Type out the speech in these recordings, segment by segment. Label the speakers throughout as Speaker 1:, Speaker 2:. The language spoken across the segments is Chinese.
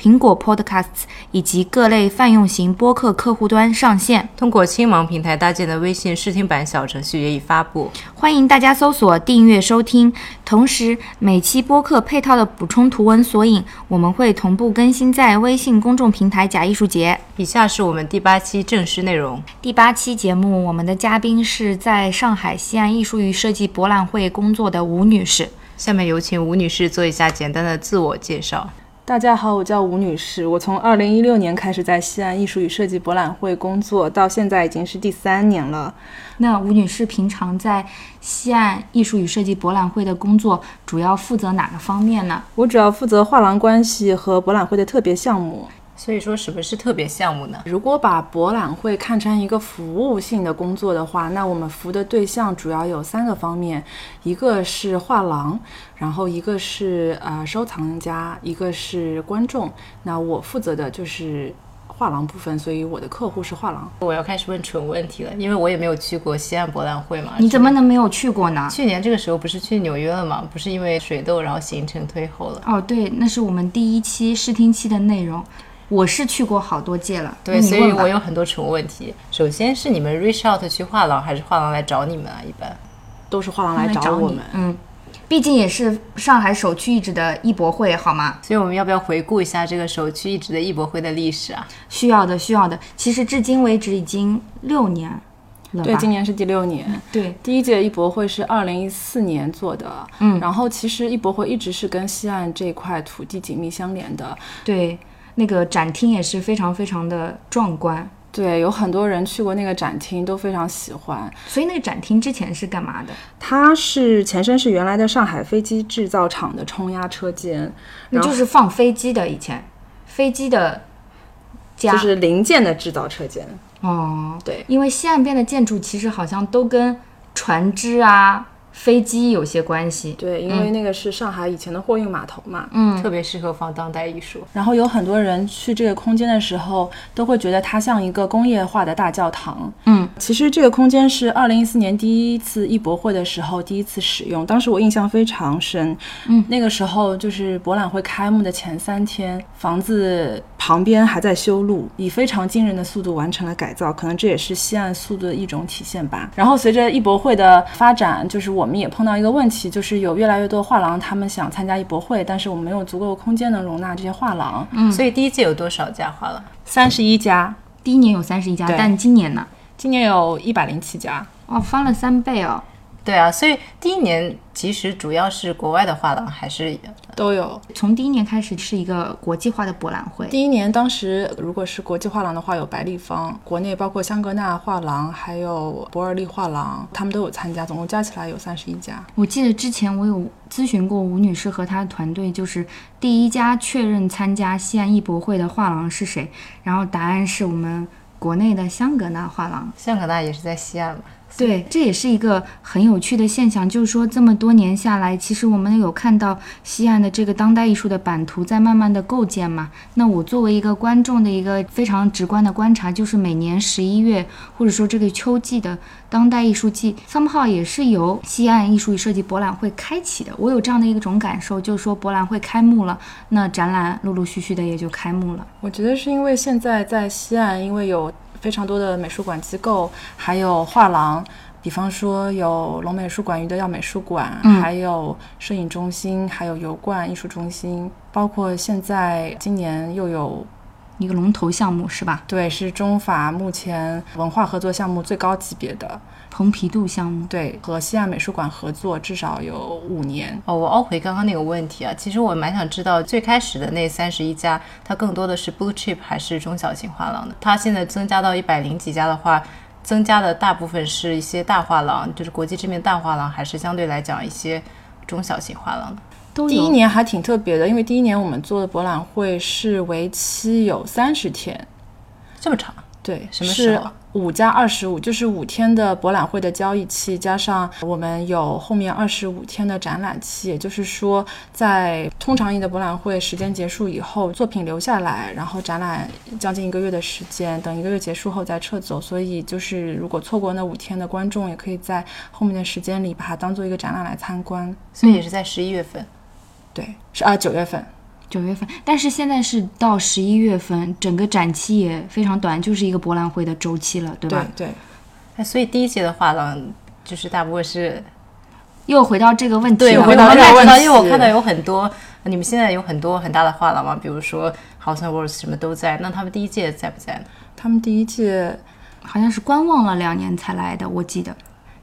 Speaker 1: 苹果 Podcasts 以及各类泛用型播客客户端上线。
Speaker 2: 通过青芒平台搭建的微信试听版小程序也已发布。
Speaker 1: 欢迎大家搜索订阅收听。同时，每期播客配套的补充图文索引，我们会同步更新在微信公众平台“假艺术节”。
Speaker 2: 以下是我们第八期正式内容。
Speaker 1: 第八期节目，我们的嘉宾是在上海西岸艺术与设计博览会工作的吴女士。
Speaker 2: 下面有请吴女士做一下简单的自我介绍。
Speaker 3: 大家好，我叫吴女士，我从二零一六年开始在西安艺术与设计博览会工作，到现在已经是第三年了。
Speaker 1: 那吴女士平常在西岸艺术与设计博览会的工作，主要负责哪个方面呢？
Speaker 3: 我主要负责画廊关系和博览会的特别项目。
Speaker 2: 所以说，什么是特别项目呢？
Speaker 3: 如果把博览会看成一个服务性的工作的话，那我们服务的对象主要有三个方面，一个是画廊，然后一个是呃收藏家，一个是观众。那我负责的就是画廊部分，所以我的客户是画廊。
Speaker 2: 我要开始问蠢问题了，因为我也没有去过西岸博览会嘛。
Speaker 1: 你怎么能没有去过呢？
Speaker 2: 去呃年这个时候不是去纽约了吗？不是因为水痘，然后行程推后了。
Speaker 1: 哦，对，那是我们第一期试听期的内容。我是去过好多届了，
Speaker 2: 对，
Speaker 1: 那
Speaker 2: 所
Speaker 1: 你
Speaker 2: 以
Speaker 1: 问吧
Speaker 2: 我有很多蠢问题。首先是你们 reach out 去画廊，还是画廊来找你们啊？一般
Speaker 3: 都是画廊
Speaker 1: 来
Speaker 3: 来找
Speaker 1: 找
Speaker 3: 我
Speaker 1: 你
Speaker 3: 们。
Speaker 1: 嗯，毕竟也是上海首屈一指的艺博会，好吗？
Speaker 2: 所以我们要不要回顾一下这个首屈一指的艺博会的历史啊？
Speaker 1: 需要的，需要的。其实至今为止已经六年了吧？
Speaker 3: 对，今年是第六年。
Speaker 1: 对
Speaker 3: 第一届艺博会是二零一四年做的，嗯，然后其实艺博会一直是跟西岸这块土地紧密相连的，
Speaker 1: 对，那个展厅也是非常非常的壮观。
Speaker 3: 对，有很多人去过那个展厅，都非常喜欢。
Speaker 1: 所以那个展厅之前是干嘛的？
Speaker 3: 它是前身是原来的上海飞机制造厂的冲压车间，
Speaker 1: 那就是放飞机的，以前飞机的家、
Speaker 3: 就是零件的制造车间。
Speaker 1: 哦，
Speaker 3: 对，
Speaker 1: 因为西岸边的建筑其实好像都跟船只啊、飞机有些关系。
Speaker 3: 对，因为那个是上海以前的货运码头嘛。
Speaker 1: 嗯
Speaker 2: 特别适合放当代艺术。
Speaker 3: 然后有很多人去这个空间的时候，都会觉得它像一个工业化的大教堂。
Speaker 1: 嗯，
Speaker 3: 其实这个空间是二零一四年第一次艺博会的时候第一次使用，当时我印象非常深。嗯，那个时候就是博览会开幕的前三天，房子旁边还在修路，以非常惊人的速度完成了改造，可能这也是西岸速度的一种体现吧。然后随着艺博会的发展，就是我们也碰到一个问题，就是有越来越多画廊他们想参加艺博会，但是我们没有足够的空间能容纳这些画廊。
Speaker 2: 嗯，所以第一届有多少家画廊？
Speaker 3: 三十一家，
Speaker 1: 第一年有三十一家，
Speaker 3: 对
Speaker 1: 但今年呢？
Speaker 3: 今年有一百零七家。
Speaker 1: 哦，翻了三倍哦。
Speaker 2: 对啊，所以第一年其实主要是国外的画廊，还是
Speaker 3: 都有。
Speaker 1: 从第一年开始是一个国际化的博览会。
Speaker 3: 第一年，当时如果是国际画廊的话，有白立方，国内包括香格纳画廊，还有伯尔利画廊，他们都有参加，总共加起来有三十一家。
Speaker 1: 我记得之前我有咨询过吴女士和她的团队，就是第一家确认参加西安艺博会的画廊是谁，然后答案是我们国内的香格纳画廊。
Speaker 2: 香格纳也是在西岸嘛？
Speaker 1: 对，这也是一个很有趣的现象，就是说这么多年下来，其实我们有看到西岸的这个当代艺术的版图在慢慢的构建嘛。那我作为一个观众的一个非常直观的观察，就是每年十一月或者说这个秋季的当代艺术季，somehow 也是由西岸艺术与设计博览会开启的。我有这样的一种感受，就是说博览会开幕了，那展览陆陆续续的也就开幕了。
Speaker 3: 我觉得是因为现在在西岸，因为有非常多的美术馆机构，还有画廊。比方说有龙美术馆、余德耀美术馆，
Speaker 1: 嗯
Speaker 3: 还有摄影中心，还有油罐艺术中心，包括现在今年又有
Speaker 1: 一个龙头项目是吧？
Speaker 3: 对，是中法目前文化合作项目最高级别的，
Speaker 1: 蓬皮杜项目。
Speaker 3: 对，和西岸美术馆合作至少有五年。
Speaker 2: 哦，我凹回刚刚那个问题啊，其实我蛮想知道最开始的那三十一家，它更多的是 blue chip 还是中小型画廊呢？它现在增加到一百零几家的话，增加的大部分是一些大画廊，就是国际知名大画廊，还是相对来讲一些中小型画廊呢？
Speaker 1: 都
Speaker 3: 第
Speaker 1: 有
Speaker 3: 一年还挺特别的，因为第一年我们做的博览会是为期有三十天，
Speaker 2: 这么长，
Speaker 3: 对，
Speaker 2: 什么时候
Speaker 3: 是五加二十五，就是五天的博览会的交易期，加上我们有后面二十五天的展览期，也就是说，在通常意义的博览会时间结束以后，作品留下来，然后展览将近一个月的时间，等一个月结束后再撤走。所以，就是如果错过那五天的观众，也可以在后面的时间里把它当做一个展览来参观。
Speaker 2: 所以也是在十一月份。
Speaker 3: 对，是啊，九月份。
Speaker 1: 九月份，但是现在是到十一月份，整个展期也非常短，就是一个博览会的周期了，对吧？
Speaker 3: 对啊对，
Speaker 2: 哎，所以第一届的画廊就是大部分是
Speaker 1: 又回到这个问题
Speaker 2: 对，
Speaker 1: 了，
Speaker 2: 我
Speaker 3: 回到
Speaker 2: 我
Speaker 3: 这个
Speaker 2: 看
Speaker 3: 问
Speaker 2: 到
Speaker 3: 题
Speaker 2: 因为我看到有很多，你们现在有很多很大的画廊嘛，比如说 House and Words 什么都在，那他们第一届在不在呢？
Speaker 3: 他们第一届
Speaker 1: 好像是观望了两年才来的，我记得。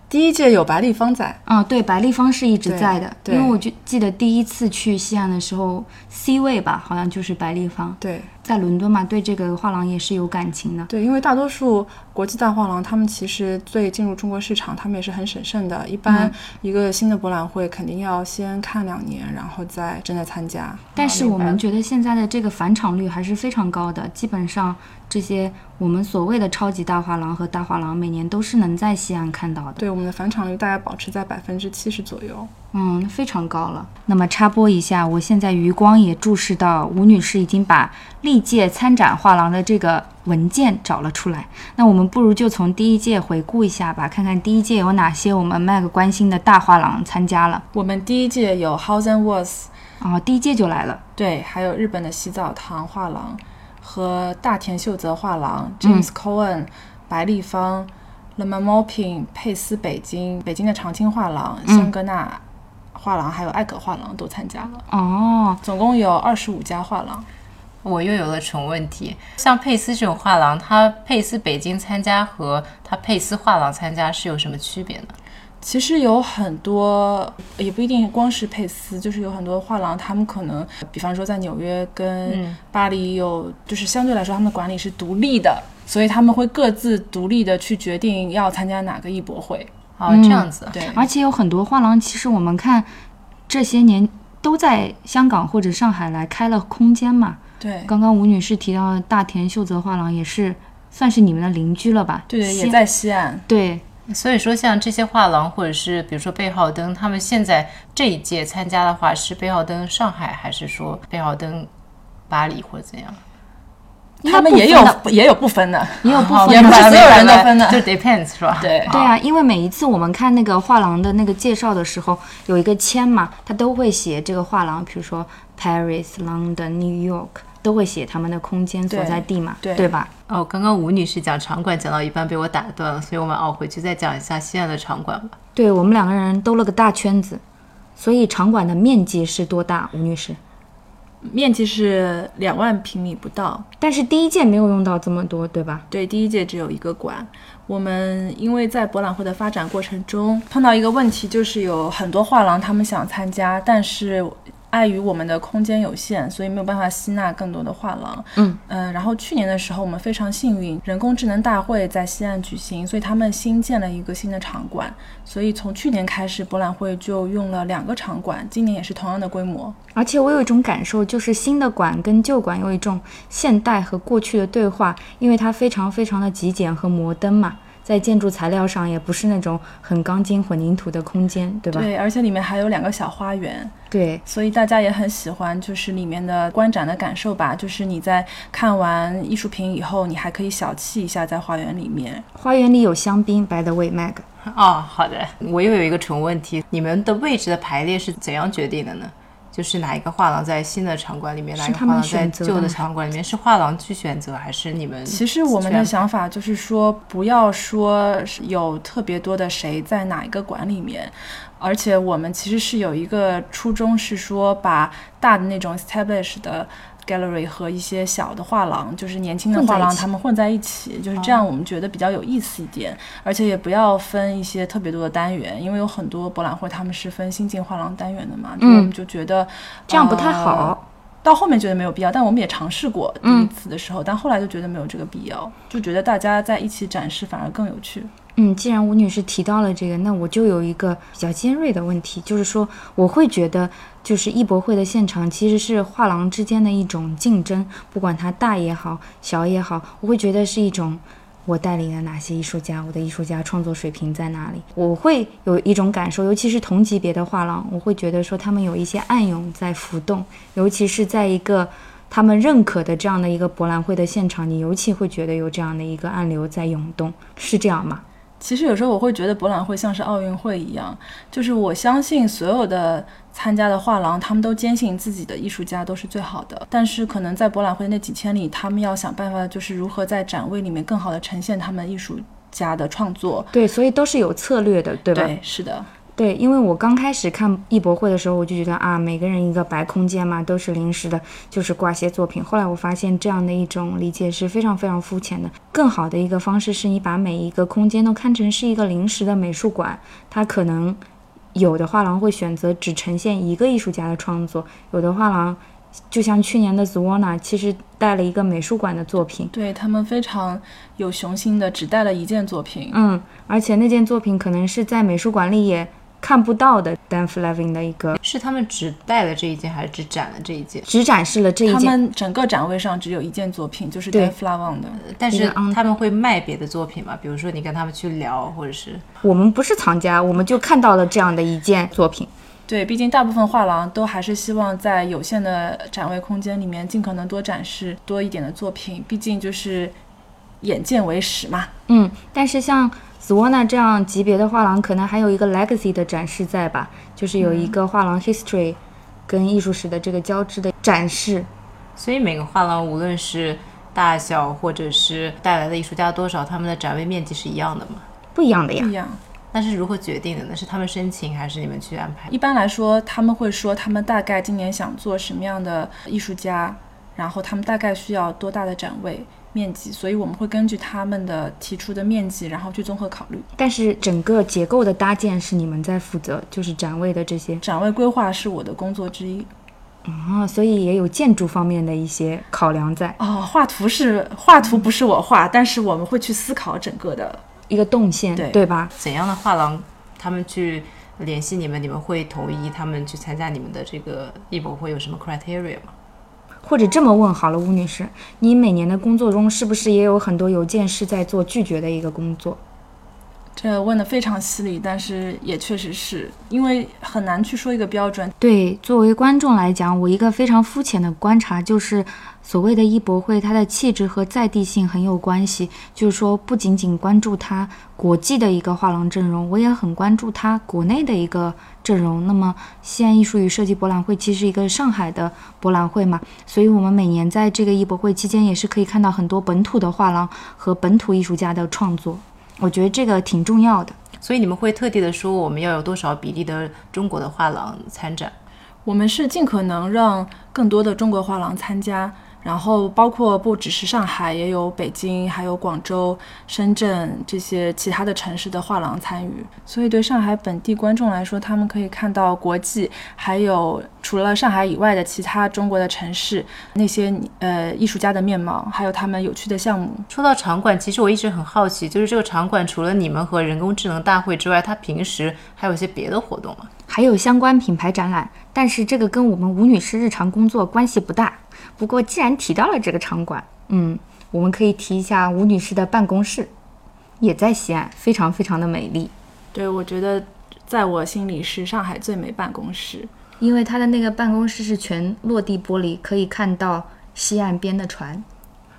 Speaker 3: 第一届有白立方在。
Speaker 1: 嗯，对，白立方是一直
Speaker 3: 对
Speaker 1: 在的，因
Speaker 3: 对
Speaker 1: 为我就记得第一次去西安的时候，C 位吧，好像就是白立方，
Speaker 3: 对
Speaker 1: 在伦敦嘛，对这个画廊也是有感情的。
Speaker 3: 对，因为大多数国际大画廊，他们其实对进入中国市场，他们也是很审慎的。一般一个新的博览会，肯定要先看两年，然后再真的参加。
Speaker 1: 但是我
Speaker 2: 明白
Speaker 1: 们
Speaker 2: 了
Speaker 1: 觉得现在的这个返场率还是非常高的，基本上这些我们所谓的超级大画廊和大画廊每年都是能在西安看到的。
Speaker 3: 对我们的返场率大概保持在百分之七十左右。
Speaker 1: 嗯，非常高了。那么插播一下，我现在余光也注视到吴女士已经把历届参展画廊的这个文件找了出来。那我们不如就从第一届回顾一下吧，看看第一届有哪些我们 Mag 关心的大画廊参加了。
Speaker 3: 我们第一届有 House and Worth，
Speaker 1: 哦，第一届就来了。
Speaker 3: 对，还有日本的洗澡堂画廊和大田秀泽画廊、James Cohen、白立方、Le m a m o p i n 佩斯北京、北京的长青画廊、香格纳画廊，还有艾可画廊都参加了。
Speaker 1: 哦，
Speaker 3: 总共有二十五家画廊。
Speaker 2: 我又有了蠢问题，像佩斯这种画廊，它佩斯北京参加和它佩斯画廊参加是有什么区别呢？
Speaker 3: 其实有很多，呃也不一定光是佩斯，就是有很多画廊，他们可能，呃比方说在纽约跟巴黎有，就是相对来说他们的管理是独立的，所以他们会各自独立的去决定要参加哪个艺博会。
Speaker 2: 哦，这样子，
Speaker 3: 对，
Speaker 1: 而且有很多画廊，其实我们看这些年都在香港或者上海来开了空间嘛。
Speaker 3: 对，
Speaker 1: 刚刚吴女士提到的大田秀泽画廊也是算是你们的邻居了吧？
Speaker 3: 对对，
Speaker 1: 西
Speaker 3: 也在西岸。
Speaker 1: 对，
Speaker 2: 所以说像这些画廊或者是比如说贝浩登，他们现在这一届参加的话，是贝浩登上海还是说贝浩登巴黎或者怎样？
Speaker 1: 应该
Speaker 3: 他们
Speaker 1: 不
Speaker 3: 也
Speaker 1: 分
Speaker 3: 有
Speaker 1: 的
Speaker 3: 也有不分的，
Speaker 1: 也 有部
Speaker 2: 哦
Speaker 1: 分
Speaker 3: 也
Speaker 1: 的
Speaker 3: 不是
Speaker 2: 明白
Speaker 3: 所有人
Speaker 2: 明白
Speaker 3: 都分的
Speaker 2: 就 depends 是吧？
Speaker 3: 对
Speaker 1: 对啊，因为每一次我们看那个画廊的那个介绍的时候，有一个签嘛，它都会写这个画廊，比如说 Paris、London、New York，都会写他们的空间所
Speaker 3: 对
Speaker 1: 在地嘛，
Speaker 3: 对
Speaker 1: 吧？
Speaker 2: 哦，刚刚吴女士讲场馆讲到一半被我打断了，所以我们哦回去再讲一下西安的场馆吧。
Speaker 1: 对我们两个人兜了个大圈子，所以场馆的面积是多大，吴女士？
Speaker 3: 面积是两万平米不到，
Speaker 1: 但是第一届没有用到这么多，对吧？
Speaker 3: 对，第一届只有一个馆。我们因为在博览会的发展过程中碰到一个问题，就是有很多画廊他们想参加，但是碍于我们的空间有限，所以没有办法吸纳更多的画廊。
Speaker 1: 嗯
Speaker 3: 呃然后去年的时候我们非常幸运，人工智能大会在西岸举行，所以他们新建了一个新的场馆。所以从去年开始，博览会就用了两个场馆，今年也是同样的规模。
Speaker 1: 而且我有一种感受，就是新的馆跟旧馆有一种现代和过去的对话，因为它非常非常的极简和摩登嘛，在建筑材料上也不是那种很钢筋混凝土的空间，对吧？
Speaker 3: 对，而且里面还有两个小花园。
Speaker 1: 对
Speaker 3: 所以大家也很喜欢，就是里面的观展的感受吧。就是你在看完艺术品以后，你还可以小憩一下在花园里面。
Speaker 1: 花园里有香槟，by the way，Mag。
Speaker 2: 哦，好的，我又有一个纯问题，你们的位置的排列是怎样决定的呢？就是哪一个画廊在新的场馆里面，哪一个
Speaker 1: 他
Speaker 2: 画
Speaker 1: 们
Speaker 2: 廊在
Speaker 1: 选择的
Speaker 2: 旧的
Speaker 1: 吗
Speaker 2: 场馆里面，是画廊去选择，还是你们？
Speaker 3: 其实我们的想法就是说，不要说是有特别多的谁在哪一个馆里面，而且我们其实是有一个初衷，是说把大的那种 establish 的。gallery 和一些小的画廊，就是年轻的
Speaker 1: 混在
Speaker 3: 画
Speaker 1: 一
Speaker 3: 廊，
Speaker 1: 起
Speaker 3: 他们混在一起，就是这样，我们觉得比较有意思一点。而且也不要分一些特别多的单元，因为有很多博览会他们是分新进画廊单元的嘛，就我们就觉得
Speaker 1: 嗯这样不太
Speaker 3: 呃
Speaker 1: 好
Speaker 3: 到后面觉得没有必要，但我们也尝试过第一次的时候，但后来就觉得没有这个必要，就觉得大家在一起展示反而更有趣。
Speaker 1: 嗯，既然吴女士提到了这个，那我就有一个比较尖锐的问题，就是说，我会觉得，就是艺博会的现场其实是画廊之间的一种竞争，不管它大也好，小也好，我会觉得是一种我带领了哪些艺术家，我的艺术家创作水平在哪里，我会有一种感受，尤其是同级别的画廊，我会觉得说他们有一些暗涌在浮动，尤其是在一个。他们认可的这样的一个博览会的现场，你尤其会觉得有这样的一个暗流在涌动，是这样吗？
Speaker 3: 其实有时候我会觉得博览会像是奥运会一样，就是我相信所有的参加的画廊，他们都坚信自己的艺术家都是最好的。但是可能在博览会那几天里，他们要想办法，就是如何在展位里面更好的呈现他们艺术家的创作。
Speaker 1: 对，所以都是有策略的，对吧？
Speaker 3: 对，是的。
Speaker 1: 对，因为我刚开始看艺博会的时候，我就觉得啊，每个人一个白空间嘛，都是临时的，就是挂些作品。后来我发现这样的一种理解是非常非常肤浅的。更好的一个方式是你把每一个空间都看成是一个临时的美术馆，它可能有的画廊会选择只呈现一个艺术家的创作，有的画廊就像去年的 Zuona，其实带了一个美术馆的作品。
Speaker 3: 对他们非常有雄心的，只带了一件作品。
Speaker 1: 嗯，而且那件作品可能是在美术馆里也。看不到的 Dan Flavin 的一个
Speaker 2: 是他们只带了这一件，还是只展了这一件？
Speaker 1: 只展示了这一
Speaker 3: 他
Speaker 1: 件，
Speaker 3: 们整个展位上只有一件作品，就是
Speaker 1: 对
Speaker 3: Dan Flavon 的。
Speaker 2: 但
Speaker 1: 一
Speaker 2: 是
Speaker 1: 个嗯 on-
Speaker 2: 他们会卖别的作品嘛？比如说你跟他们去聊，或者是
Speaker 1: 我们不是藏家，我们就看到了这样的一件作品。
Speaker 3: 对，毕竟大部分画廊都还是希望在有限的展位空间里面，尽可能多展示多一点的作品。毕竟就是眼见为实嘛。
Speaker 1: 嗯，但是像 Zuona 这样级别的画廊，可能还有一个 legacy 的展示在吧，就是有
Speaker 3: 嗯
Speaker 1: 一个画廊 history 跟艺术史的这个交织的展示。
Speaker 2: 所以每个画廊无论是大小，或者是带来的艺术家多少，他们的展位面积是一样的嘛？
Speaker 1: 不一样的呀
Speaker 3: 不，一样。
Speaker 2: 那是如何决定的呢？是他们申请，还是你们去安排？
Speaker 3: 一般来说，他们会说他们大概今年想做什么样的艺术家，然后他们大概需要多大的展位面积，所以我们会根据他们的提出的面积，然后去综合考虑。
Speaker 1: 但是整个结构的搭建是你们在负责，就是展位的这些
Speaker 3: 展位规划是我的工作之一。
Speaker 1: 啊、所以也有建筑方面的一些考量在，
Speaker 3: 哦，画图是画图不是我画，但是我们会去思考整个的。
Speaker 1: 一个动线，
Speaker 3: 对
Speaker 1: 对吧？
Speaker 2: 怎样的画廊他们去联系你们？你们会同意他们去参加你们的这个艺博会有什么 criteria 吗？
Speaker 1: 或者这么问好了，吴女士，你每年的工作中是不是也有很多邮件是在做拒绝的一个工作？
Speaker 3: 这问的非常犀利，但是也确实是因为很难去说一个标准，
Speaker 1: 对，作为观众来讲，我一个非常肤浅的观察就是，所谓的艺博会，它的气质和在地性很有关系。就是说，不仅仅关注它国际的一个画廊阵容，我也很关注它国内的一个阵容。那么，西安艺术与设计博览会其实一个上海的博览会嘛，所以我们每年在这个艺博会期间，也是可以看到很多本土的画廊和本土艺术家的创作。我觉得这个挺重要的。
Speaker 2: 所以你们会特地的说我们要有多少比例的中国的画廊参展？
Speaker 3: 我们是尽可能让更多的中国画廊参加，然后包括不只是上海，也有北京、还有广州、深圳这些其他的城市的画廊参与。所以对上海本地观众来说，他们可以看到国际，还有除了上海以外的其他中国的城市那些呃艺术家的面貌，还有他们有趣的项目。
Speaker 2: 说到场馆，其实我一直很好奇，就是这个场馆除了你们和人工智能大会之外，它平时还有一些别的活动吗？
Speaker 1: 还有相关品牌展览，但是这个跟我们吴女士日常工作关系不大。不过既然提到了这个场馆，嗯，我们可以提一下吴女士的办公室，也在西安，非常非常的美丽。
Speaker 3: 对，我觉得在我心里是上海最美办公室。
Speaker 1: 因为她的那个办公室是全落地玻璃，可以看到西岸边的船，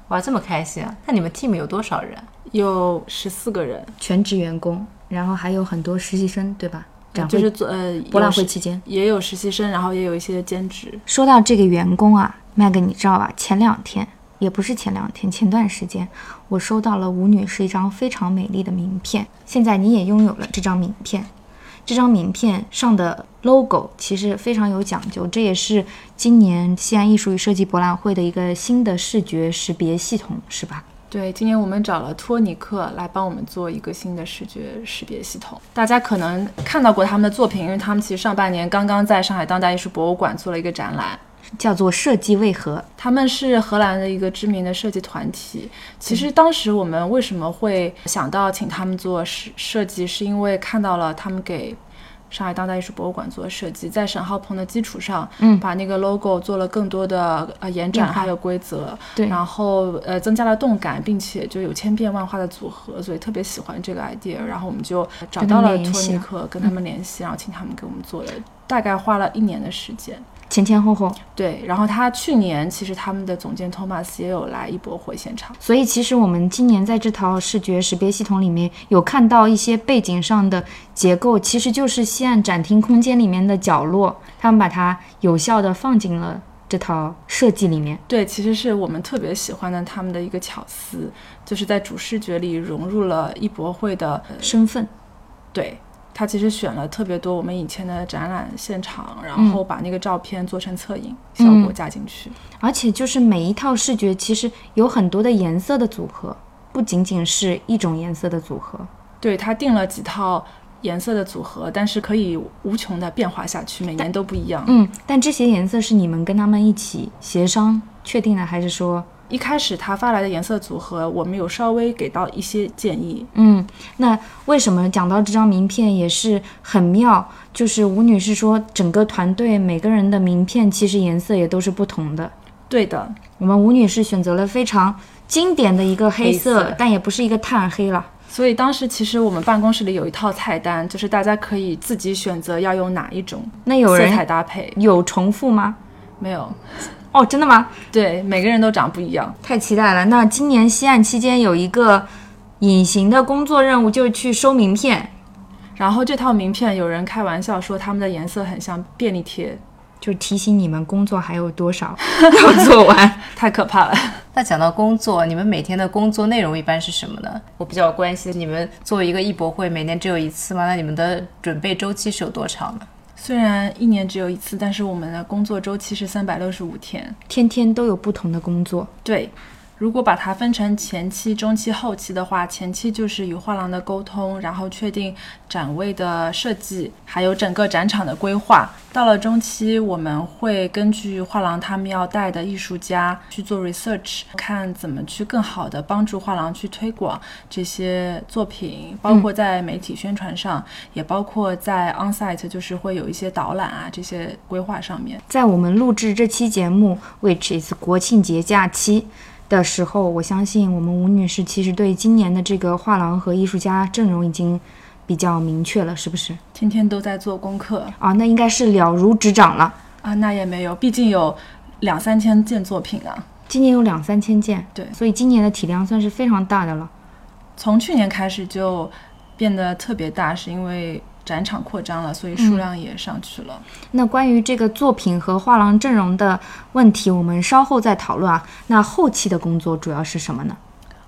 Speaker 2: 哇，这么开心啊！那你们 team 有多少人？
Speaker 3: 有十四个人，
Speaker 1: 全职员工，然后还有很多实习生，对吧？展会、
Speaker 3: 就是做呃
Speaker 1: 博览
Speaker 3: 有
Speaker 1: 会
Speaker 3: 十
Speaker 1: 期间。
Speaker 3: 也有实习生，然后也有一些兼职。
Speaker 1: 说到这个员工啊，麦哥，你知道吧？前两天也不是前两天，前段时间我收到了吴女士一张非常美丽的名片，现在你也拥有了这张名片。这张名片上的 logo 其实非常有讲究，这也是今年西安艺术与设计博览会的一个新的视觉识别系统，是吧？
Speaker 3: 对，今年我们找了托尼克来帮我们做一个新的视觉识别系统。大家可能看到过他们的作品，因为他们其实上半年刚刚在上海当代艺术博物馆做了一个展览。
Speaker 1: 叫做设计为何。
Speaker 3: 他们是荷兰的一个知名的设计团体。其
Speaker 1: 嗯
Speaker 3: 实当时我们为什么会想到请他们做设设计，是因为看到了他们给上海当代艺术博物馆做设计，在沈浩鹏的基础上，嗯，把那个 logo 做了更多的呃延展，还有规则，
Speaker 1: 对
Speaker 3: 然后呃增加了动感，并且就有千变万化的组合，所以特别喜欢这个 idea。然后我们就找
Speaker 1: 跟他
Speaker 3: 到
Speaker 1: 们
Speaker 3: 了
Speaker 1: 联
Speaker 3: 托
Speaker 1: 系
Speaker 3: 尼克，跟他们联系，然后请他们给我们做了，大概花了一年的时间。
Speaker 1: 前前后后，
Speaker 3: 对，然后他去年其实他们的总监 Thomas 也有来艺博会现场，
Speaker 1: 所以其实我们今年在这套视觉识别系统里面有看到一些背景上的结构，其实就是西岸展厅空间里面的角落，他们把它有效的放进了这套设计里面。
Speaker 3: 对，其实是我们特别喜欢的他们的一个巧思，就是在主视觉里融入了艺博会的，呃
Speaker 1: 身份
Speaker 3: 对。他其实选了特别多我们以前的展览现场，然后把那个照片做成侧影、效果加进去。
Speaker 1: 而且就是每一套视觉其实有很多的颜色的组合，不仅仅是一种颜色的组合。
Speaker 3: 对他定了几套颜色的组合，但是可以无穷的变化下去，每年都不一样。
Speaker 1: 嗯，但这些颜色是你们跟他们一起协商确定的，还是说，
Speaker 3: 一开始他发来的颜色组合，我们有稍微给到一些建议，
Speaker 1: 嗯，那为什么讲到这张名片也是很妙？就是吴女士说，整个团队每个人的名片其实颜色也都是不同的。
Speaker 3: 对的，
Speaker 1: 我们吴女士选择了非常经典的一个黑色，
Speaker 3: 黑色
Speaker 1: 但也不是一个炭黑了。
Speaker 3: 所以当时其实我们办公室里有一套菜单，就是大家可以自己选择要用哪一种
Speaker 1: 那有
Speaker 3: 色彩
Speaker 1: 人
Speaker 3: 搭配。
Speaker 1: 有重复吗？
Speaker 3: 没有，
Speaker 1: 哦，真的吗？
Speaker 3: 对，每个人都长不一样。
Speaker 1: 太期待了！那今年西岸期间有一个隐形的工作任务，就是去收名片，
Speaker 3: 然后这套名片，有人开玩笑说它们的颜色很像便利贴，
Speaker 1: 就提醒你们工作还有多少要做 完。
Speaker 3: 太可怕了。
Speaker 2: 那讲到工作，你们每天的工作内容一般是什么呢？我比较关心你们作为一个艺博会，每年只有一次吗？那你们的准备周期是有多长呢？
Speaker 3: 虽然一年只有一次，但是我们的工作周期是三百六十五天。
Speaker 1: 天天都有不同的工作，
Speaker 3: 对，如果把它分成前期、中期、后期的话，前期就是与画廊的沟通，然后确定展位的设计，还有整个展场的规划。到了中期，我们会根据画廊他们要带的艺术家去做 research，看怎么去更好的帮助画廊去推广这些作品，包括在媒体宣传上，也包括在 on site，就是会有一些导览啊这些规划上面。
Speaker 1: 在我们录制这期节目，which is 国庆节假期的时候，我相信我们吴女士其实对今年的这个画廊和艺术家阵容已经比较明确了，是不是？
Speaker 3: 天天都在做功课，
Speaker 1: 啊，那应该是了如指掌了。
Speaker 3: 啊，那也没有，毕竟有两三千件作品啊。
Speaker 1: 今年有两三千件，
Speaker 3: 对
Speaker 1: 所以今年的体量算是非常大的了。
Speaker 3: 从去年开始就变得特别大，是因为展场扩张了，所以数量也上去了。
Speaker 1: 那关于这个作品和画廊阵容的问题，我们稍后再讨论啊。那后期的工作主要是什么呢？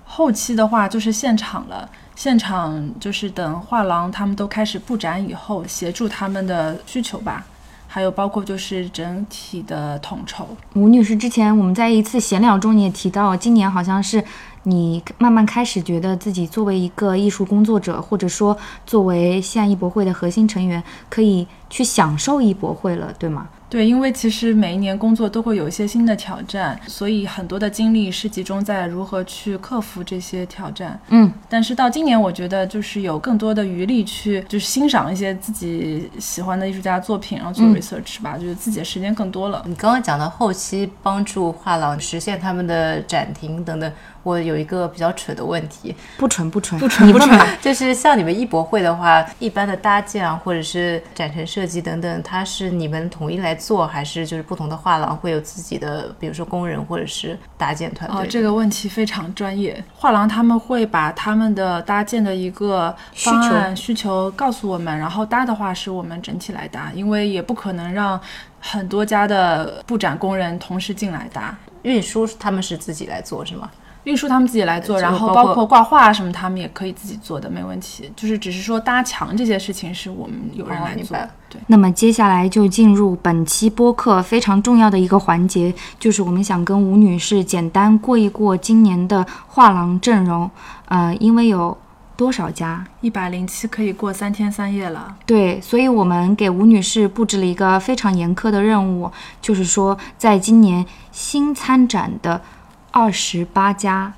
Speaker 3: 后期的话就是现场了，现场就是等画廊他们都开始布展以后，协助他们的需求吧。还有包括就是整体的统筹，
Speaker 1: 吴女士，之前我们在一次闲聊中也提到，今年好像是你慢慢开始觉得自己作为一个艺术工作者，或者说作为现艺博会的核心成员，可以去享受艺博会了，对吗？
Speaker 3: 对，因为其实每一年工作都会有一些新的挑战，所以很多的精力是集中在如何去克服这些挑战。
Speaker 1: 嗯，
Speaker 3: 但是到今年，我觉得就是有更多的余力去就是欣赏一些自己喜欢的艺术家作品，然后做 research 吧，就是自己的时间更多了。
Speaker 2: 你刚刚讲到后期帮助画廊实现他们的展厅等等，我有一个比较蠢的问题，
Speaker 1: 不纯不 纯，不纯不纯，
Speaker 2: 就是像你们艺博会的话，一般的搭建啊，或者是展陈设计等等，它是你们统一来做，还是就是不同的画廊会有自己的，比如说工人或者是搭建团队？
Speaker 3: 哦，这个问题非常专业。画廊他们会把他们的搭建的一个方案需求告诉我们，然后搭的话是我们整体来搭，因为也不可能让很多家的布展工人同时进来搭。
Speaker 2: 运输他们是自己来做是吗？
Speaker 3: 运输他们自己来做，
Speaker 2: 这个
Speaker 3: 然后
Speaker 2: 包
Speaker 3: 包
Speaker 2: 括
Speaker 3: 括挂画什么，他们也可以自己做的，没问题。就是只是说搭墙这些事情是我们有人
Speaker 2: 哦
Speaker 3: 来
Speaker 2: 明
Speaker 3: 做。
Speaker 2: 白了
Speaker 3: 对，
Speaker 1: 那么接下来就进入本期播客非常重要的一个环节，就是我们想跟吴女士简单过一过今年的画廊阵容。呃，因为有多少家？
Speaker 3: 一百零七可以过三天三夜了。
Speaker 1: 对，所以我们给吴女士布置了一个非常严苛的任务，就是说，在今年新参展的二十八家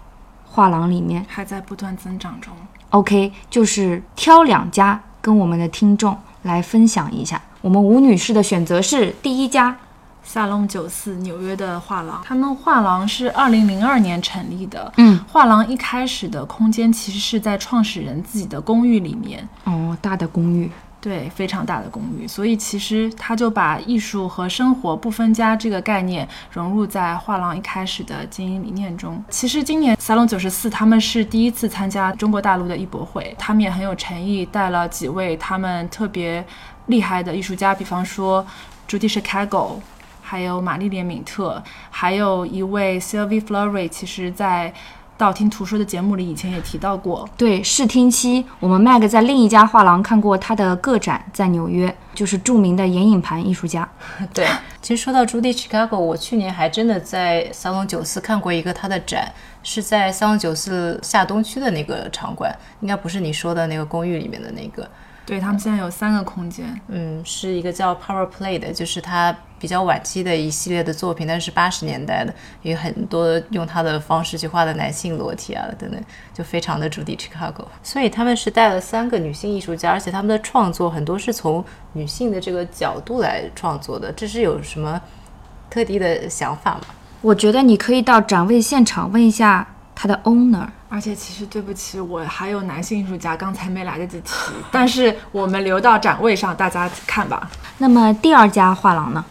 Speaker 1: 画廊里面
Speaker 3: 还在不断增长中。
Speaker 1: ，OK，就是挑两家跟我们的听众来分享一下。我们吴女士的选择是第一家，
Speaker 3: 萨隆九四，纽约的画廊，他们画廊是二零零二年成立的。
Speaker 1: 嗯，
Speaker 3: 画廊一开始的空间其实是在创始人自己的公寓里面，
Speaker 1: 哦，大的公寓，
Speaker 3: 对，非常大的公寓，所以其实他就把艺术和生活不分家这个概念融入在画廊一开始的经营理念中。其实今年沙龙九十四他们是第一次参加中国大陆的艺博会，他们也很有诚意，带了几位他们特别厉害的艺术家，比方说朱迪 g o 还有玛丽莲·敏特，还有一位 Sylvie Flory，其实在道听途说的节目里以前也提到过，
Speaker 1: 对，试听期，我们 Mag 在另一家画廊看过她的个展，在纽约，就是著名的眼影盘艺术家。
Speaker 2: 对，其实说到 Judy Chicago，我去年还真的在沙龙九四看过一个她的展，是在沙龙九四下东区的那个场馆，应该不是你说的那个公寓里面的那个。
Speaker 3: 对他们现在有三个空间。
Speaker 2: 嗯，是一个叫 Power Play 的，就是他比较晚期的一系列的作品，但是八十年代的，有很多用他的方式去画的男性裸体啊等等，就非常的主题 Chicago。所以他们是带了三个女性艺术家，而且他们的创作很多是从女性的这个角度来创作的，这是有什么特地的想法吗？
Speaker 1: 我觉得你可以到展位现场问一下他的 owner。
Speaker 3: 而且其实对不起，我还有男性艺术家，刚才没来得及提，但是我们留到展位上大家看吧。
Speaker 1: 那么第二家画廊呢？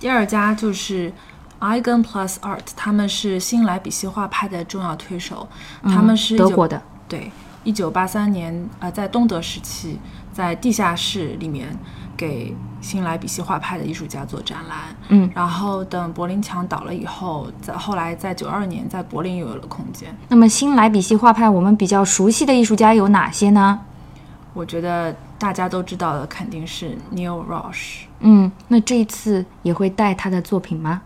Speaker 3: 第二家就是 Eigen Plus Art，他们是新莱比锡画派的重要推手，他们是
Speaker 1: 嗯德
Speaker 3: 19
Speaker 1: 国的，
Speaker 3: 对，一九八三年，呃，在东德时期，在地下室里面给新莱比锡画派的艺术家做展览。
Speaker 1: 嗯，
Speaker 3: 然后等柏林墙倒了以后，在后来在九二年在柏林又有了空间。
Speaker 1: 那么新莱比锡画派我们比较熟悉的艺术家有哪些呢？
Speaker 3: 我觉得大家都知道的肯定是 Neil Roche，
Speaker 1: 嗯，那这一次也会带他的作品吗？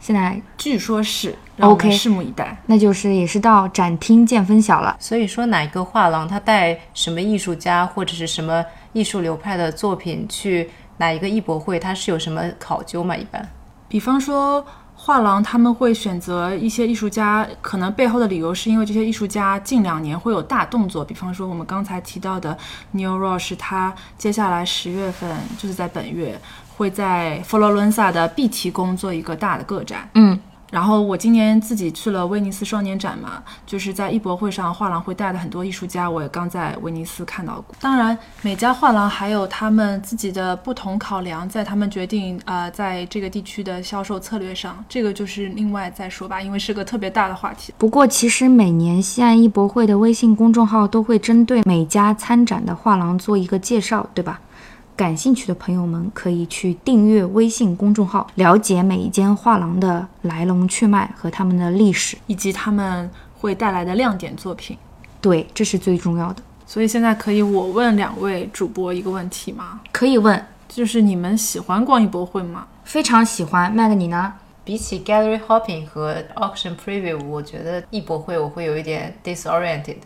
Speaker 1: 现在
Speaker 3: 据说是，让我们
Speaker 1: OK
Speaker 3: 拭目以待。
Speaker 1: 那就是也是到展厅见分晓了。
Speaker 2: 所以说哪一个画廊他带什么艺术家或者是什么艺术流派的作品去哪一个艺博会，它是有什么考究吗？一般？
Speaker 3: 比方说。画廊他们会选择一些艺术家，可能背后的理由是因为这些艺术家近两年会有大动作，比方说我们刚才提到的 Neil Roche，他接下来十月份就是在本月会在佛罗伦萨的碧提宫做一个大的个展，
Speaker 1: 嗯，
Speaker 3: 然后我今年自己去了威尼斯双年展嘛，就是在艺博会上，画廊会带的很多艺术家，我也刚在威尼斯看到过。当然，每家画廊还有他们自己的不同考量，在他们决定呃在这个地区的销售策略上，这个就是另外再说吧，因为是个特别大的话题。
Speaker 1: 不过，其实每年西岸艺博会的微信公众号都会针对每家参展的画廊做一个介绍，对吧？感兴趣的朋友们可以去订阅微信公众号，了解每一间画廊的来龙去脉和他们的历史。
Speaker 3: 以及他们会带来的亮点作品。
Speaker 1: 对，这是最重要的。
Speaker 3: 所以现在可以我问两位主播一个问题吗？
Speaker 1: 可以问，
Speaker 3: 就是你们喜欢逛艺博会吗？
Speaker 1: 非常喜欢麦格你呢？
Speaker 2: 比起 gallery hopping 和 auction preview，我觉得艺博会我会有一点 disoriented，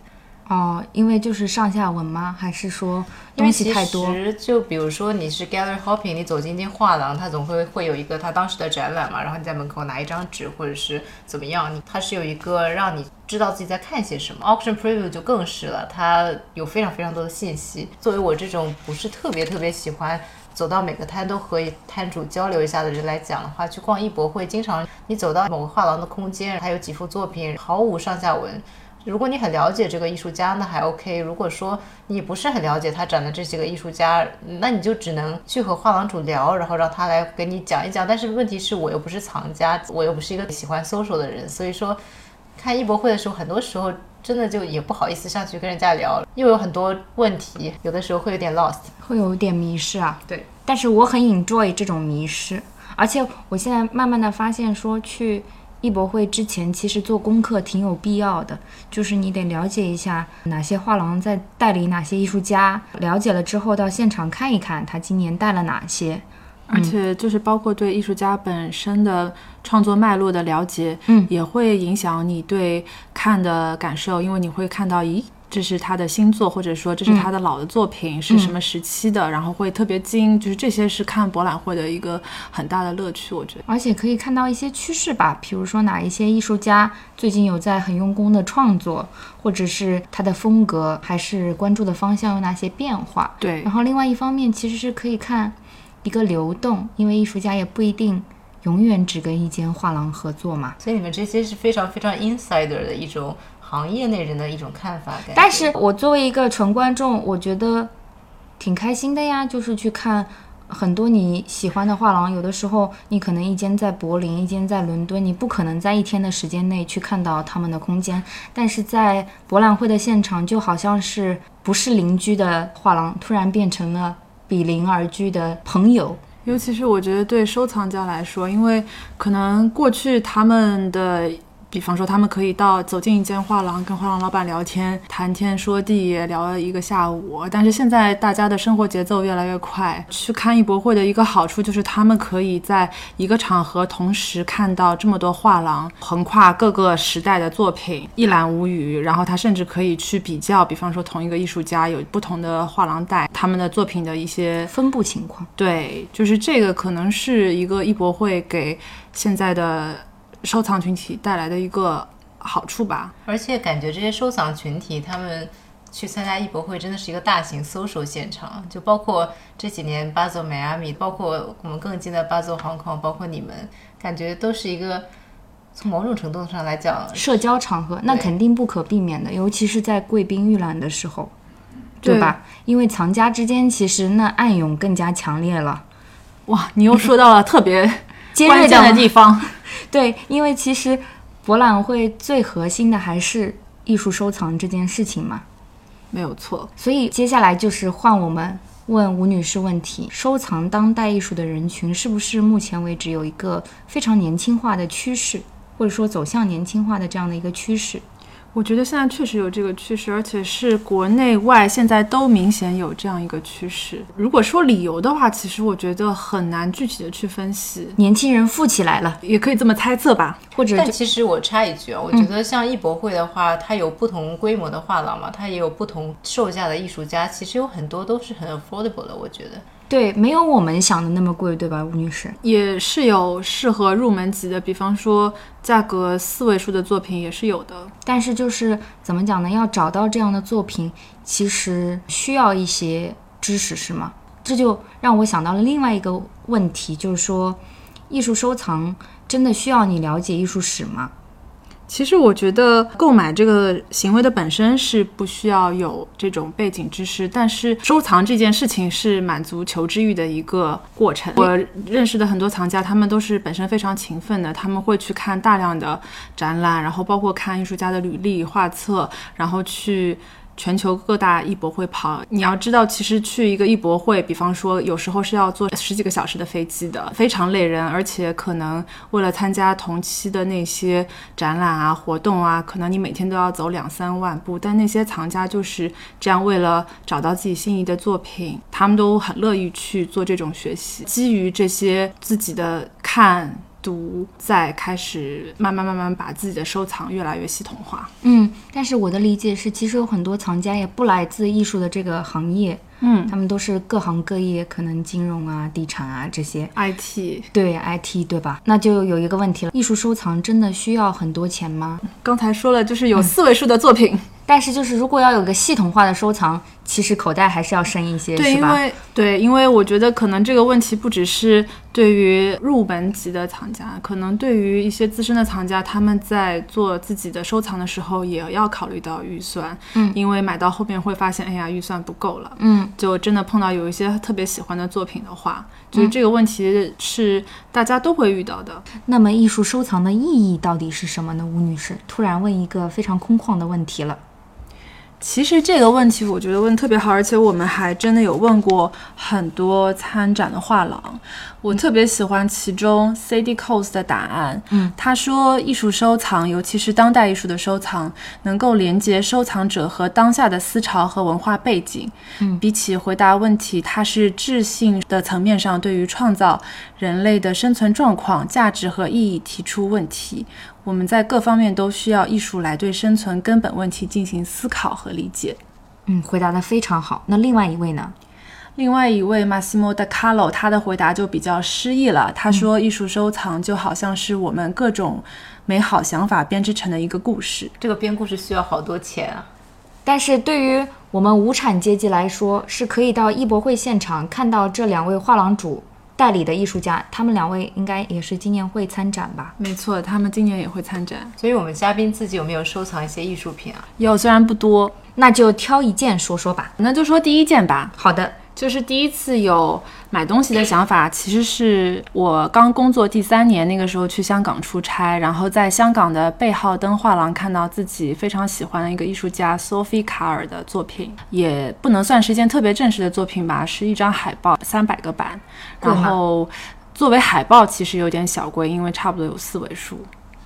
Speaker 1: 哦，因为就是上下文吗？还是说
Speaker 2: 因
Speaker 1: 东
Speaker 2: 为
Speaker 1: 西
Speaker 2: 其
Speaker 1: 太多？
Speaker 2: 实就比如说你是 gallery hopping，你走进一间画廊，它总会会有一个它当时的展览嘛，然后你在门口拿一张纸或者是怎么样，你它是有一个让你知道自己在看些什么。auction preview 就更是了，它有非常非常多的信息。作为我这种不是特别特别喜欢。走到每个摊都和摊主交流一下的人来讲的话，去逛艺博会，经常你走到某个画廊的空间，它有几幅作品毫无上下文，如果你很了解这个艺术家，那还 OK；如果说你不是很了解他展的这几个艺术家，那你就只能去和画廊主聊，然后让他来给你讲一讲。但是问题是我又不是藏家，我又不是一个喜欢 social 的人，所以说看艺博会的时候，很多时候真的就也不好意思上去跟人家聊，又有很多问题，有的时候会有点 lost。
Speaker 1: 会有点迷失啊。
Speaker 2: 对，
Speaker 1: 但是我很 enjoy 这种迷失，而且我现在慢慢的发现说，去艺博会之前，其实做功课挺有必要的，就是你得了解一下哪些画廊在代理哪些艺术家，了解了之后到现场看一看他今年带了哪些。
Speaker 3: 而且就是包括对艺术家本身的创作脉络的了解，嗯，也会影响你对看的感受，因为你会看到，咦，这是他的新作，或者说这是他的老的作品，是什么时期的，然后会特别精，就是这些是看博览会的一个很大的乐趣，我觉得。
Speaker 1: 而且可以看到一些趋势吧，比如说哪一些艺术家最近有在很用功的创作，或者是他的风格还是关注的方向有哪些变化。
Speaker 3: 对
Speaker 1: 然，后另外一方面其实是可以看一个流动，因为艺术家也不一定永远只跟一间画廊合作嘛。
Speaker 2: 所以你们这些是非常非常 insider 的一种行业内人的一种看法，感觉
Speaker 1: 但是我作为一个纯观众，我觉得挺开心的呀，就是去看。很多你喜欢的画廊，有的时候你可能一间在柏林，一间在伦敦，你不可能在一天的时间内去看到他们的空间。但是在博览会的现场，就好像是不是邻居的画廊，突然变成了比邻而居的朋友。
Speaker 3: 尤其是我觉得对收藏家来说，因为可能过去他们的。比方说，他们可以到走进一间画廊，跟画廊老板聊天，谈天说地，聊一个下午。但是现在大家的生活节奏越来越快，去看艺博会的一个好处就是，他们可以在一个场合同时看到这么多画廊横跨各个时代的作品，一览无余。然后他甚至可以去比较，比方说同一个艺术家有不同的画廊带他们的作品的一些
Speaker 1: 分布情况，
Speaker 3: 对，就是这个可能是一个艺博会给现在的收藏群体带来的一个好处吧。
Speaker 2: 而且感觉这些收藏群体他们去参加艺博会真的是一个大型 social 现场，就包括这几年巴啊走迈阿密，包括我们更近的巴走 Hong Kong，包括你们，感觉都是一个从某种程度上来讲，
Speaker 1: 社交场合那
Speaker 2: 对
Speaker 1: 肯定不可避免的，尤其是在贵宾预览的时候，对
Speaker 3: 对
Speaker 1: 吧？因为藏家之间其实那暗涌更加强烈了，
Speaker 3: 哇，你又说到了特 别
Speaker 1: 尖锐
Speaker 3: 关键的地方，
Speaker 1: 对，因为其实博览会最核心的还是艺术收藏这件事情嘛，
Speaker 3: 没有错。
Speaker 1: 所以接下来就是换我们问吴女士问题：收藏当代艺术的人群是不是目前为止有一个非常年轻化的趋势，或者说走向年轻化的这样的一个趋势？
Speaker 3: 我觉得现在确实有这个趋势，而且是国内外现在都明显有这样一个趋势。如果说理由的话，其实我觉得很难具体的去分析，
Speaker 1: 年轻人富起来了，
Speaker 3: 也可以这么猜测吧。
Speaker 1: 或者
Speaker 2: 但其实我插一句啊，我觉得像艺博会的话，它有不同规模的画廊嘛，它也有不同售价的艺术家，其实有很多都是很 affordable 的，我觉得。
Speaker 1: 对，没有我们想的那么贵，对吧，吴女士？
Speaker 3: 也是有适合入门级的，比方说价格四位数的作品也是有的。
Speaker 1: 但是就是怎么讲呢？要找到这样的作品，其实需要一些知识，是吗？这就让我想到了另外一个问题，就是说，艺术收藏真的需要你了解艺术史吗？
Speaker 3: 其实我觉得购买这个行为的本身是不需要有这种背景知识，但是收藏这件事情是满足求知欲的一个过程。我认识的很多藏家，他们都是本身非常勤奋的，他们会去看大量的展览，然后包括看艺术家的履历、画册，然后去。全球各大艺博会跑，你要知道，其实去一个艺博会，比方说有时候是要坐十几个小时的飞机的，非常累人，而且可能为了参加同期的那些展览啊、活动啊，可能你每天都要走两三万步。但那些藏家就是这样，为了找到自己心仪的作品，他们都很乐意去做这种学习，基于这些自己的看。读，再开始慢慢慢慢把自己的收藏越来越系统化。
Speaker 1: 嗯，但是我的理解是，其实有很多藏家也不来自艺术的这个行业，
Speaker 3: 嗯
Speaker 1: 他们都是各行各业，可能金融啊、地产啊这些。
Speaker 3: ，IT
Speaker 1: 对 IT 对吧？那就有一个问题了，艺术收藏真的需要很多钱吗？
Speaker 3: 刚才说了，就是有
Speaker 1: 嗯
Speaker 3: 四位数的 作品，
Speaker 1: 但是就是如果要有个系统化的收藏，其实口袋还是要深一些，
Speaker 3: 对，
Speaker 1: 是
Speaker 3: 因
Speaker 1: 吧？
Speaker 3: 为对，因为我觉得可能这个问题不只是对于入门级的藏家，可能对于一些资深的藏家，他们在做自己的收藏的时候，也要考虑到预算，嗯，因为买到后面会发现，哎呀，预算不够了，
Speaker 1: 嗯，
Speaker 3: 就真的碰到有一些特别喜欢的作品的话，
Speaker 1: 嗯
Speaker 3: 就是这个问题是大家都会遇到的。
Speaker 1: 那么艺术收藏的意义到底是什么呢？吴女士突然问一个非常空旷的问题了。
Speaker 3: 其实这个问题我觉得问得特别好，而且我们还真的有问过很多参展的画廊。我特别喜欢其中 C D Cos 的答案。
Speaker 1: 嗯，
Speaker 3: 他说艺术收藏，尤其是当代艺术的收藏，能够连接收藏者和当下的思潮和文化背景。
Speaker 1: 嗯
Speaker 3: 比起回答问题，它是智性的层面上对于创造人类的生存状况、价值和意义提出问题。我们在各方面都需要艺术来对生存根本问题进行思考和理解。
Speaker 1: 嗯，回答的非常好。那另外一位呢？
Speaker 3: 另外一位 Massimo da Carlo，他的回答就比较诗意了。他说：“艺术收藏就好像是我们各种美好想法编织成的一个故事。
Speaker 2: 这个编故事需要好多钱啊！
Speaker 1: 但是对于我们无产阶级来说，是可以到艺博会现场看到这两位画廊主代理的艺术家，他们两位应该也是今年会参展吧？”
Speaker 3: 没错，他们今年也会参展。
Speaker 2: 所以我们嘉宾自己有没有收藏一些艺术品啊？
Speaker 3: 有，虽然不多，
Speaker 1: 那就挑一件说说吧。
Speaker 3: 那就说第一件吧。
Speaker 1: 好的，
Speaker 3: 就是第一次有买东西的想法，其实是我刚工作第三年，那个时候去香港出差，然后在香港的贝浩登画廊看到自己非常喜欢的一个艺术家 Sophie 卡尔的作品，也不能算是一件特别正式的作品吧，是一张海报，三百个版，
Speaker 1: 贵吗
Speaker 3: 然后作为海报其实有点小贵，因为差不多有四位数。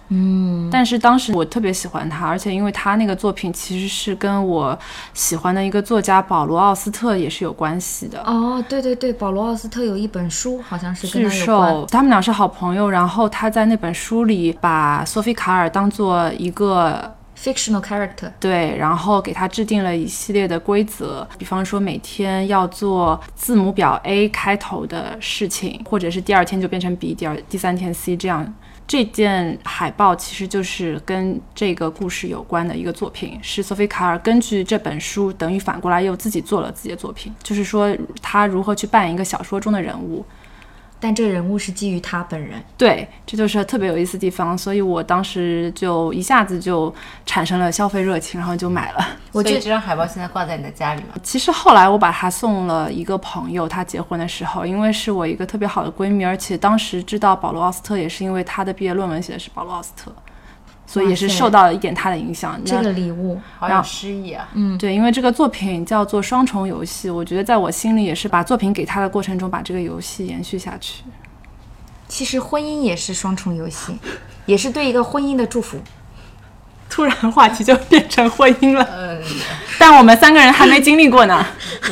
Speaker 3: 嗯，但是当时我特别喜欢他，而且因为他那个作品其实是跟我喜欢的一个作家保罗·奥斯特也是有关系的。
Speaker 1: 哦，对对对，保罗·奥斯特有一本书，好像是
Speaker 3: 巨
Speaker 1: 跟他有关。
Speaker 3: 兽，他们俩是好朋友。然后他在那本书里把索菲卡尔当做一个
Speaker 1: fictional character。
Speaker 3: 对，然后给他制定了一系列的规则，比方说每天要做字母表 A 开头的事情，或者是第二天就变成 B，第二第三天 C 这样。这件海报其实就是跟这个故事有关的一个作品，是索菲卡尔根据这本书，等于反过来又自己做了自己的作品，就是说他如何去扮演一个小说中的人物。
Speaker 1: 但这人物是基于他本人。
Speaker 3: 对，这就是特别有意思的地方，所以我当时就一下子就产生了消费热情，然后就买了。
Speaker 1: 我
Speaker 2: 所以
Speaker 1: 这
Speaker 2: 这张海报现在挂在你的家里吗？
Speaker 3: 其实后来我把它送了一个朋友，她结婚的时候，因为是我一个特别好的闺蜜，而且当时知道保罗·奥斯特也是因为她的毕业论文写的是保罗·奥斯特，所以也是
Speaker 1: 哇塞
Speaker 3: 受到了一点她的影响。那
Speaker 1: 这个礼物，
Speaker 2: 好有诗意啊！嗯，
Speaker 3: 对，因为这个作品叫做《双重游戏》，我觉得在我心里也是把作品给她的过程中把这个游戏延续下去。
Speaker 1: 其实婚姻也是双重游戏， 也是对一个婚姻的祝福。
Speaker 3: 突然话题就变成婚姻了，
Speaker 1: 呃
Speaker 2: 嗯
Speaker 3: 但我们三个人还没经历过呢。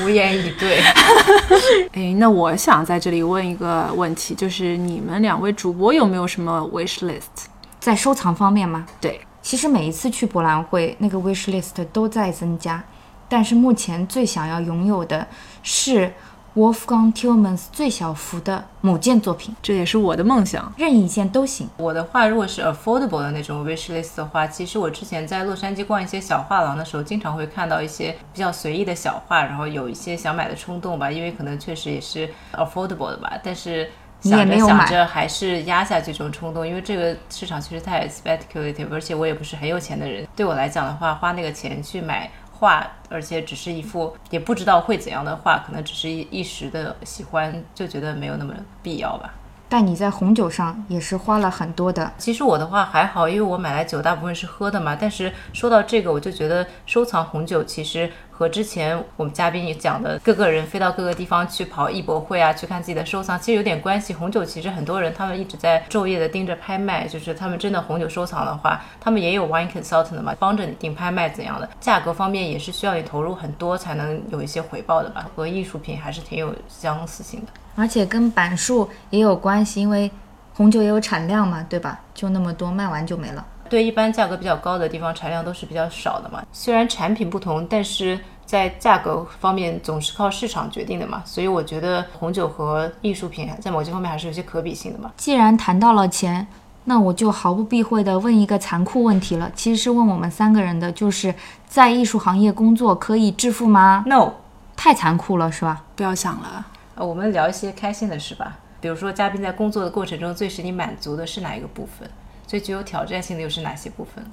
Speaker 2: 无言以对。
Speaker 3: 诶，哎那我想在这里问一个问题，就是你们两位主播有没有什么 wish list？
Speaker 1: 在收藏方面吗？
Speaker 3: 对，
Speaker 1: 其实每一次去博览会，那个 wish list 都在增加，但是目前最想要拥有的是 Wolfgang Tillmans 最小幅的某件作品，
Speaker 3: 这也是我的梦想。
Speaker 1: 任意一件都行。
Speaker 2: 我的话，如果是 affordable 的那种 wish list 的话，其实我之前在洛杉矶逛一些小画廊的时候，经常会看到一些比较随意的小画，然后有一些想买的冲动吧，因为可能确实也是 affordable 的吧，但是。
Speaker 1: 你也
Speaker 2: 想
Speaker 1: 没
Speaker 2: 着
Speaker 1: 有买
Speaker 2: 想着还是压下这种冲动，因为这个市场其实太 speculative，而且我也不是很有钱的人。对我来讲的话，花那个钱去买画，而且只是一幅也不知道会怎样的画，可能只是一一时的喜欢，就觉得没有那么必要吧。
Speaker 1: 但你在红酒上也是花了很多的，
Speaker 2: 其实我的话还好，因为我买来酒大部分是喝的嘛。但是说到这个，我就觉得收藏红酒其实和之前我们嘉宾也讲的，各个人飞到各个地方去跑艺博会啊，去看自己的收藏，其实有点关系。红酒其实很多人他们一直在昼夜的盯着拍卖，就是他们真的红酒收藏的话，他们也有 wine consultant 的嘛，帮着你定拍卖怎样的，价格方面也是需要你投入很多才能有一些回报的吧，和艺术品还是挺有相似性的。
Speaker 1: 而且跟版数也有关系，因为红酒也有产量嘛，对吧？就那么多，卖完就没了。
Speaker 2: 对一般价格比较高的地方，产量都是比较少的嘛。虽然产品不同，但是在价格方面总是靠市场决定的嘛。所以我觉得红酒和艺术品在某些方面还是有些可比性的嘛。
Speaker 1: 既然谈到了钱，那我就毫不避讳地问一个残酷问题了，其实是问我们三个人的，就是在艺术行业工作可以致富吗？
Speaker 2: No，
Speaker 1: 太残酷了，是吧？
Speaker 3: 不要想了，
Speaker 2: 呃，我们聊一些开心的事吧。比如说，嘉宾在工作的过程中最使你满足的是哪一个部分？最具有挑战性的又是哪些部分？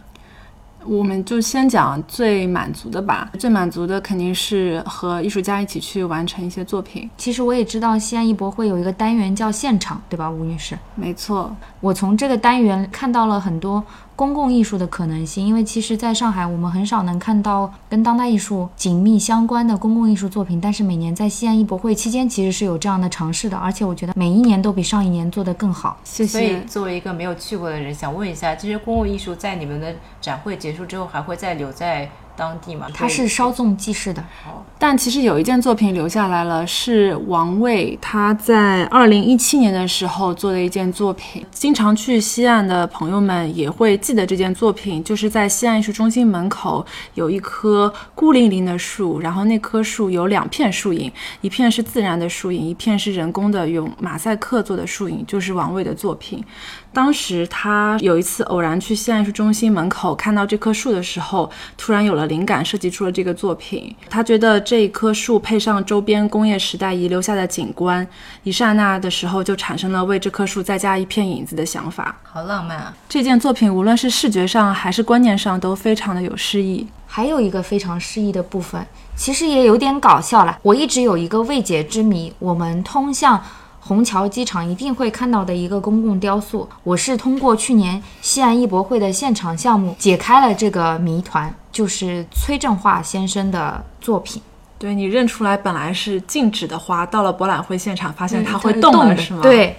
Speaker 3: 我们就先讲最满足的吧。最满足的肯定是和艺术家一起去完成一些作品。
Speaker 1: 其实我也知道西安艺博会有一个单元叫现场，对吧，吴女士？
Speaker 3: 没错，
Speaker 1: 我从这个单元看到了很多公共艺术的可能性，因为其实在上海，我们很少能看到跟当代艺术紧密相关的公共艺术作品，但是每年在西安艺博会期间，其实是有这样的尝试的，而且我觉得每一年都比上一年做得更好。
Speaker 3: 谢
Speaker 2: 所以，
Speaker 3: 谢。
Speaker 2: 作为一个没有去过的人，想问一下，这些公共艺术在你们的展会结束之后，还会再留在当地嘛，
Speaker 1: 它
Speaker 2: 所以
Speaker 1: 是稍纵即逝的。
Speaker 3: 但其实有一件作品留下来了，是王卫他在二零一七年的时候做的一件作品。经常去西岸的朋友们也会记得这件作品，就是在西岸艺术中心门口有一棵孤零零的树，然后那棵树有两片树影，一片是自然的树影，一片是人工的，用马赛克做的树影，就是王卫的作品。当时他有一次偶然去西安艺术中心门口看到这棵树的时候，突然有了灵感，设计出了这个作品。他觉得这一棵树配上周边工业时代遗留下的景观，一刹那的时候就产生了为这棵树再加一片影子的想法。
Speaker 2: 好浪漫啊！
Speaker 3: 这件作品无论是视觉上还是观念上都非常的有诗意。
Speaker 1: 还有一个非常诗意的部分，其实也有点搞笑啦。我一直有一个未解之谜，我们通向虹桥机场一定会看到的一个公共雕塑，我是通过去年西安艺博会的现场项目解开了这个谜团，就是崔振华先生的作品。
Speaker 3: 对你认出来本来是静止的花，到了博览会现场发现它会
Speaker 1: 动
Speaker 3: 嗯动了，
Speaker 1: 的
Speaker 3: 是吗？。
Speaker 1: 对，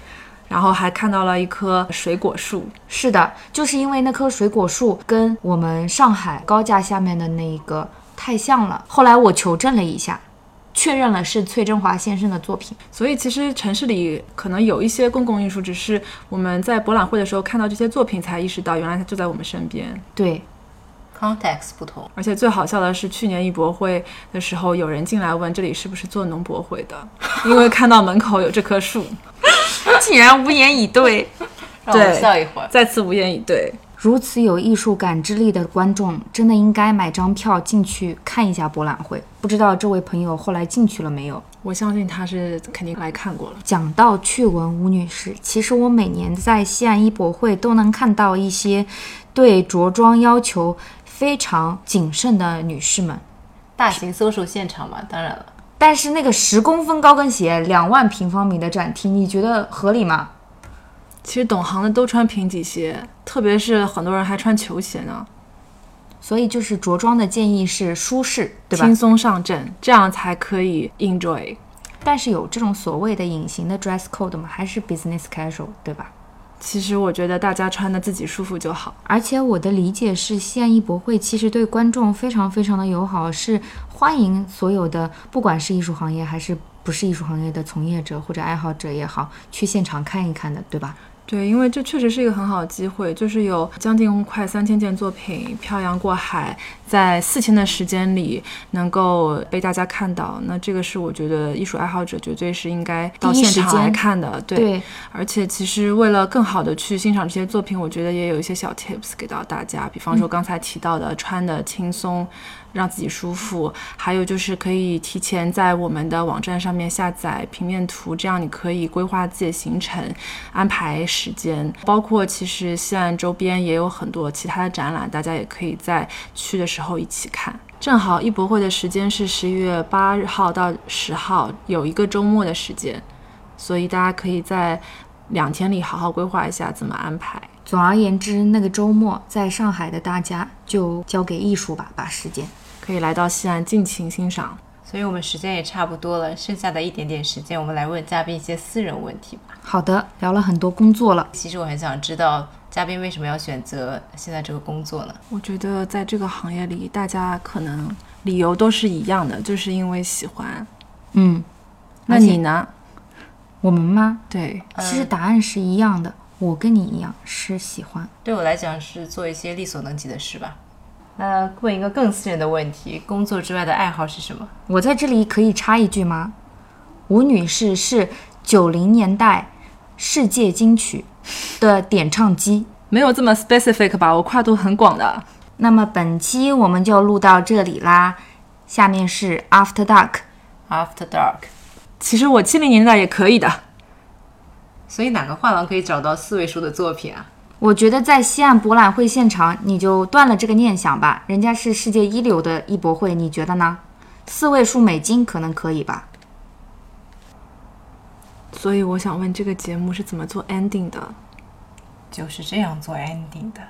Speaker 3: 然后还看到了一棵水果树，
Speaker 1: 是的，就是因为那棵水果树跟我们上海高架下面的那一个太像了。后来我求证了一下，确认了是崔振华先生的作品。
Speaker 3: 所以其实城市里可能有一些公共艺术，只是我们在博览会的时候看到这些作品，才意识到原来它就在我们身边。
Speaker 1: 对，
Speaker 2: context 不同，
Speaker 3: 而且最好笑的是，去年艺博会的时候，有人进来问这里是不是做农博会的，因为看到门口有这棵树。
Speaker 1: 竟然无言以对。
Speaker 2: 让我
Speaker 3: 对
Speaker 2: 笑一会儿。
Speaker 3: 再次无言以对。
Speaker 1: 如此有艺术感知力的观众，真的应该买张票进去看一下博览会。不知道这位朋友后来进去了没有？
Speaker 3: 我相信他是肯定来看过了。
Speaker 1: 讲到趣闻吴女士，其实我每年在西安艺博会都能看到一些对着装要求非常谨慎的女士们。
Speaker 2: 大型搜索现场嘛，当然了，
Speaker 1: 但是那个十公分高跟鞋，两万平方米的展厅，你觉得合理吗？
Speaker 3: 其实懂行的都穿平底鞋，特别是很多人还穿球鞋呢，
Speaker 1: 所以就是着装的建议是舒适，对吧
Speaker 3: 轻？松上阵，这样才可以 enjoy。
Speaker 1: 但是有这种所谓的隐形的 dress code 吗？还是 business casual，对吧？
Speaker 3: 其实我觉得大家穿的自己舒服就好。
Speaker 1: 而且我的理解是，西安艺博会其实对观众非常非常的友好，是欢迎所有的，不管是艺术行业还是不是艺术行业的从业者或者爱好者也好，去现场看一看的，对吧？
Speaker 3: 对，因为这确实是一个很好的机会，就是有将近快三千件作品漂洋过海，在四天的时间里能够被大家看到，那这个是我觉得艺术爱好者绝对是应该到
Speaker 1: 第一
Speaker 3: 现
Speaker 1: 时
Speaker 3: 场来
Speaker 1: 间
Speaker 3: 看的。对，而且其实为了更好的去欣赏这些作品，我觉得也有一些小 tips 给到大家，比方说刚才提到的穿的轻松，让自己舒服，还有就是可以提前在我们的网站上面下载平面图，这样你可以规划自己的行程，安排时间。包括其实西岸周边也有很多其他的展览，大家也可以在去的时候一起看。正好艺博会的时间是十一月八号到十号，有一个周末的时间。所以大家可以在两天里好好规划一下怎么安排。
Speaker 1: 总而言之，那个周末在上海的大家就交给艺术吧，把时间。
Speaker 3: 可以来到西安尽情欣赏。
Speaker 2: 所以我们时间也差不多了，剩下的一点点时间，我们来问嘉宾一些私人问题吧。
Speaker 1: 好的，聊了很多工作了，
Speaker 2: 其实我很想知道，嘉宾为什么要选择现在这个工作呢？
Speaker 3: 我觉得在这个行业里，大家可能理由都是一样的，就是因为喜欢。
Speaker 1: 嗯，
Speaker 3: 那你呢？
Speaker 1: 我们吗？
Speaker 3: 对，
Speaker 1: 其实答案是一样的，我跟你一样是喜欢。
Speaker 2: 对我来讲是做一些力所能及的事吧。那问一个更私人的问题：工作之外的爱好是什么？
Speaker 1: 我在这里可以插一句吗？吴女士是九零年代世界金曲的点唱机。
Speaker 3: 没有这么 specific 吧？我跨度很广的。
Speaker 1: 那么本期我们就录到这里啦，下面是 After Dark。
Speaker 2: After Dark，
Speaker 3: 其实我七零年代也可以的。
Speaker 2: 所以哪个画廊可以找到四位数的作品啊？
Speaker 1: 我觉得在西岸博览会现场，你就断了这个念想吧。人家是世界一流的艺博会，你觉得呢？四位数美金可能可以吧？
Speaker 3: 所以我想问，这个节目是怎么做 ending 的？
Speaker 2: 就是这样做 ending 的。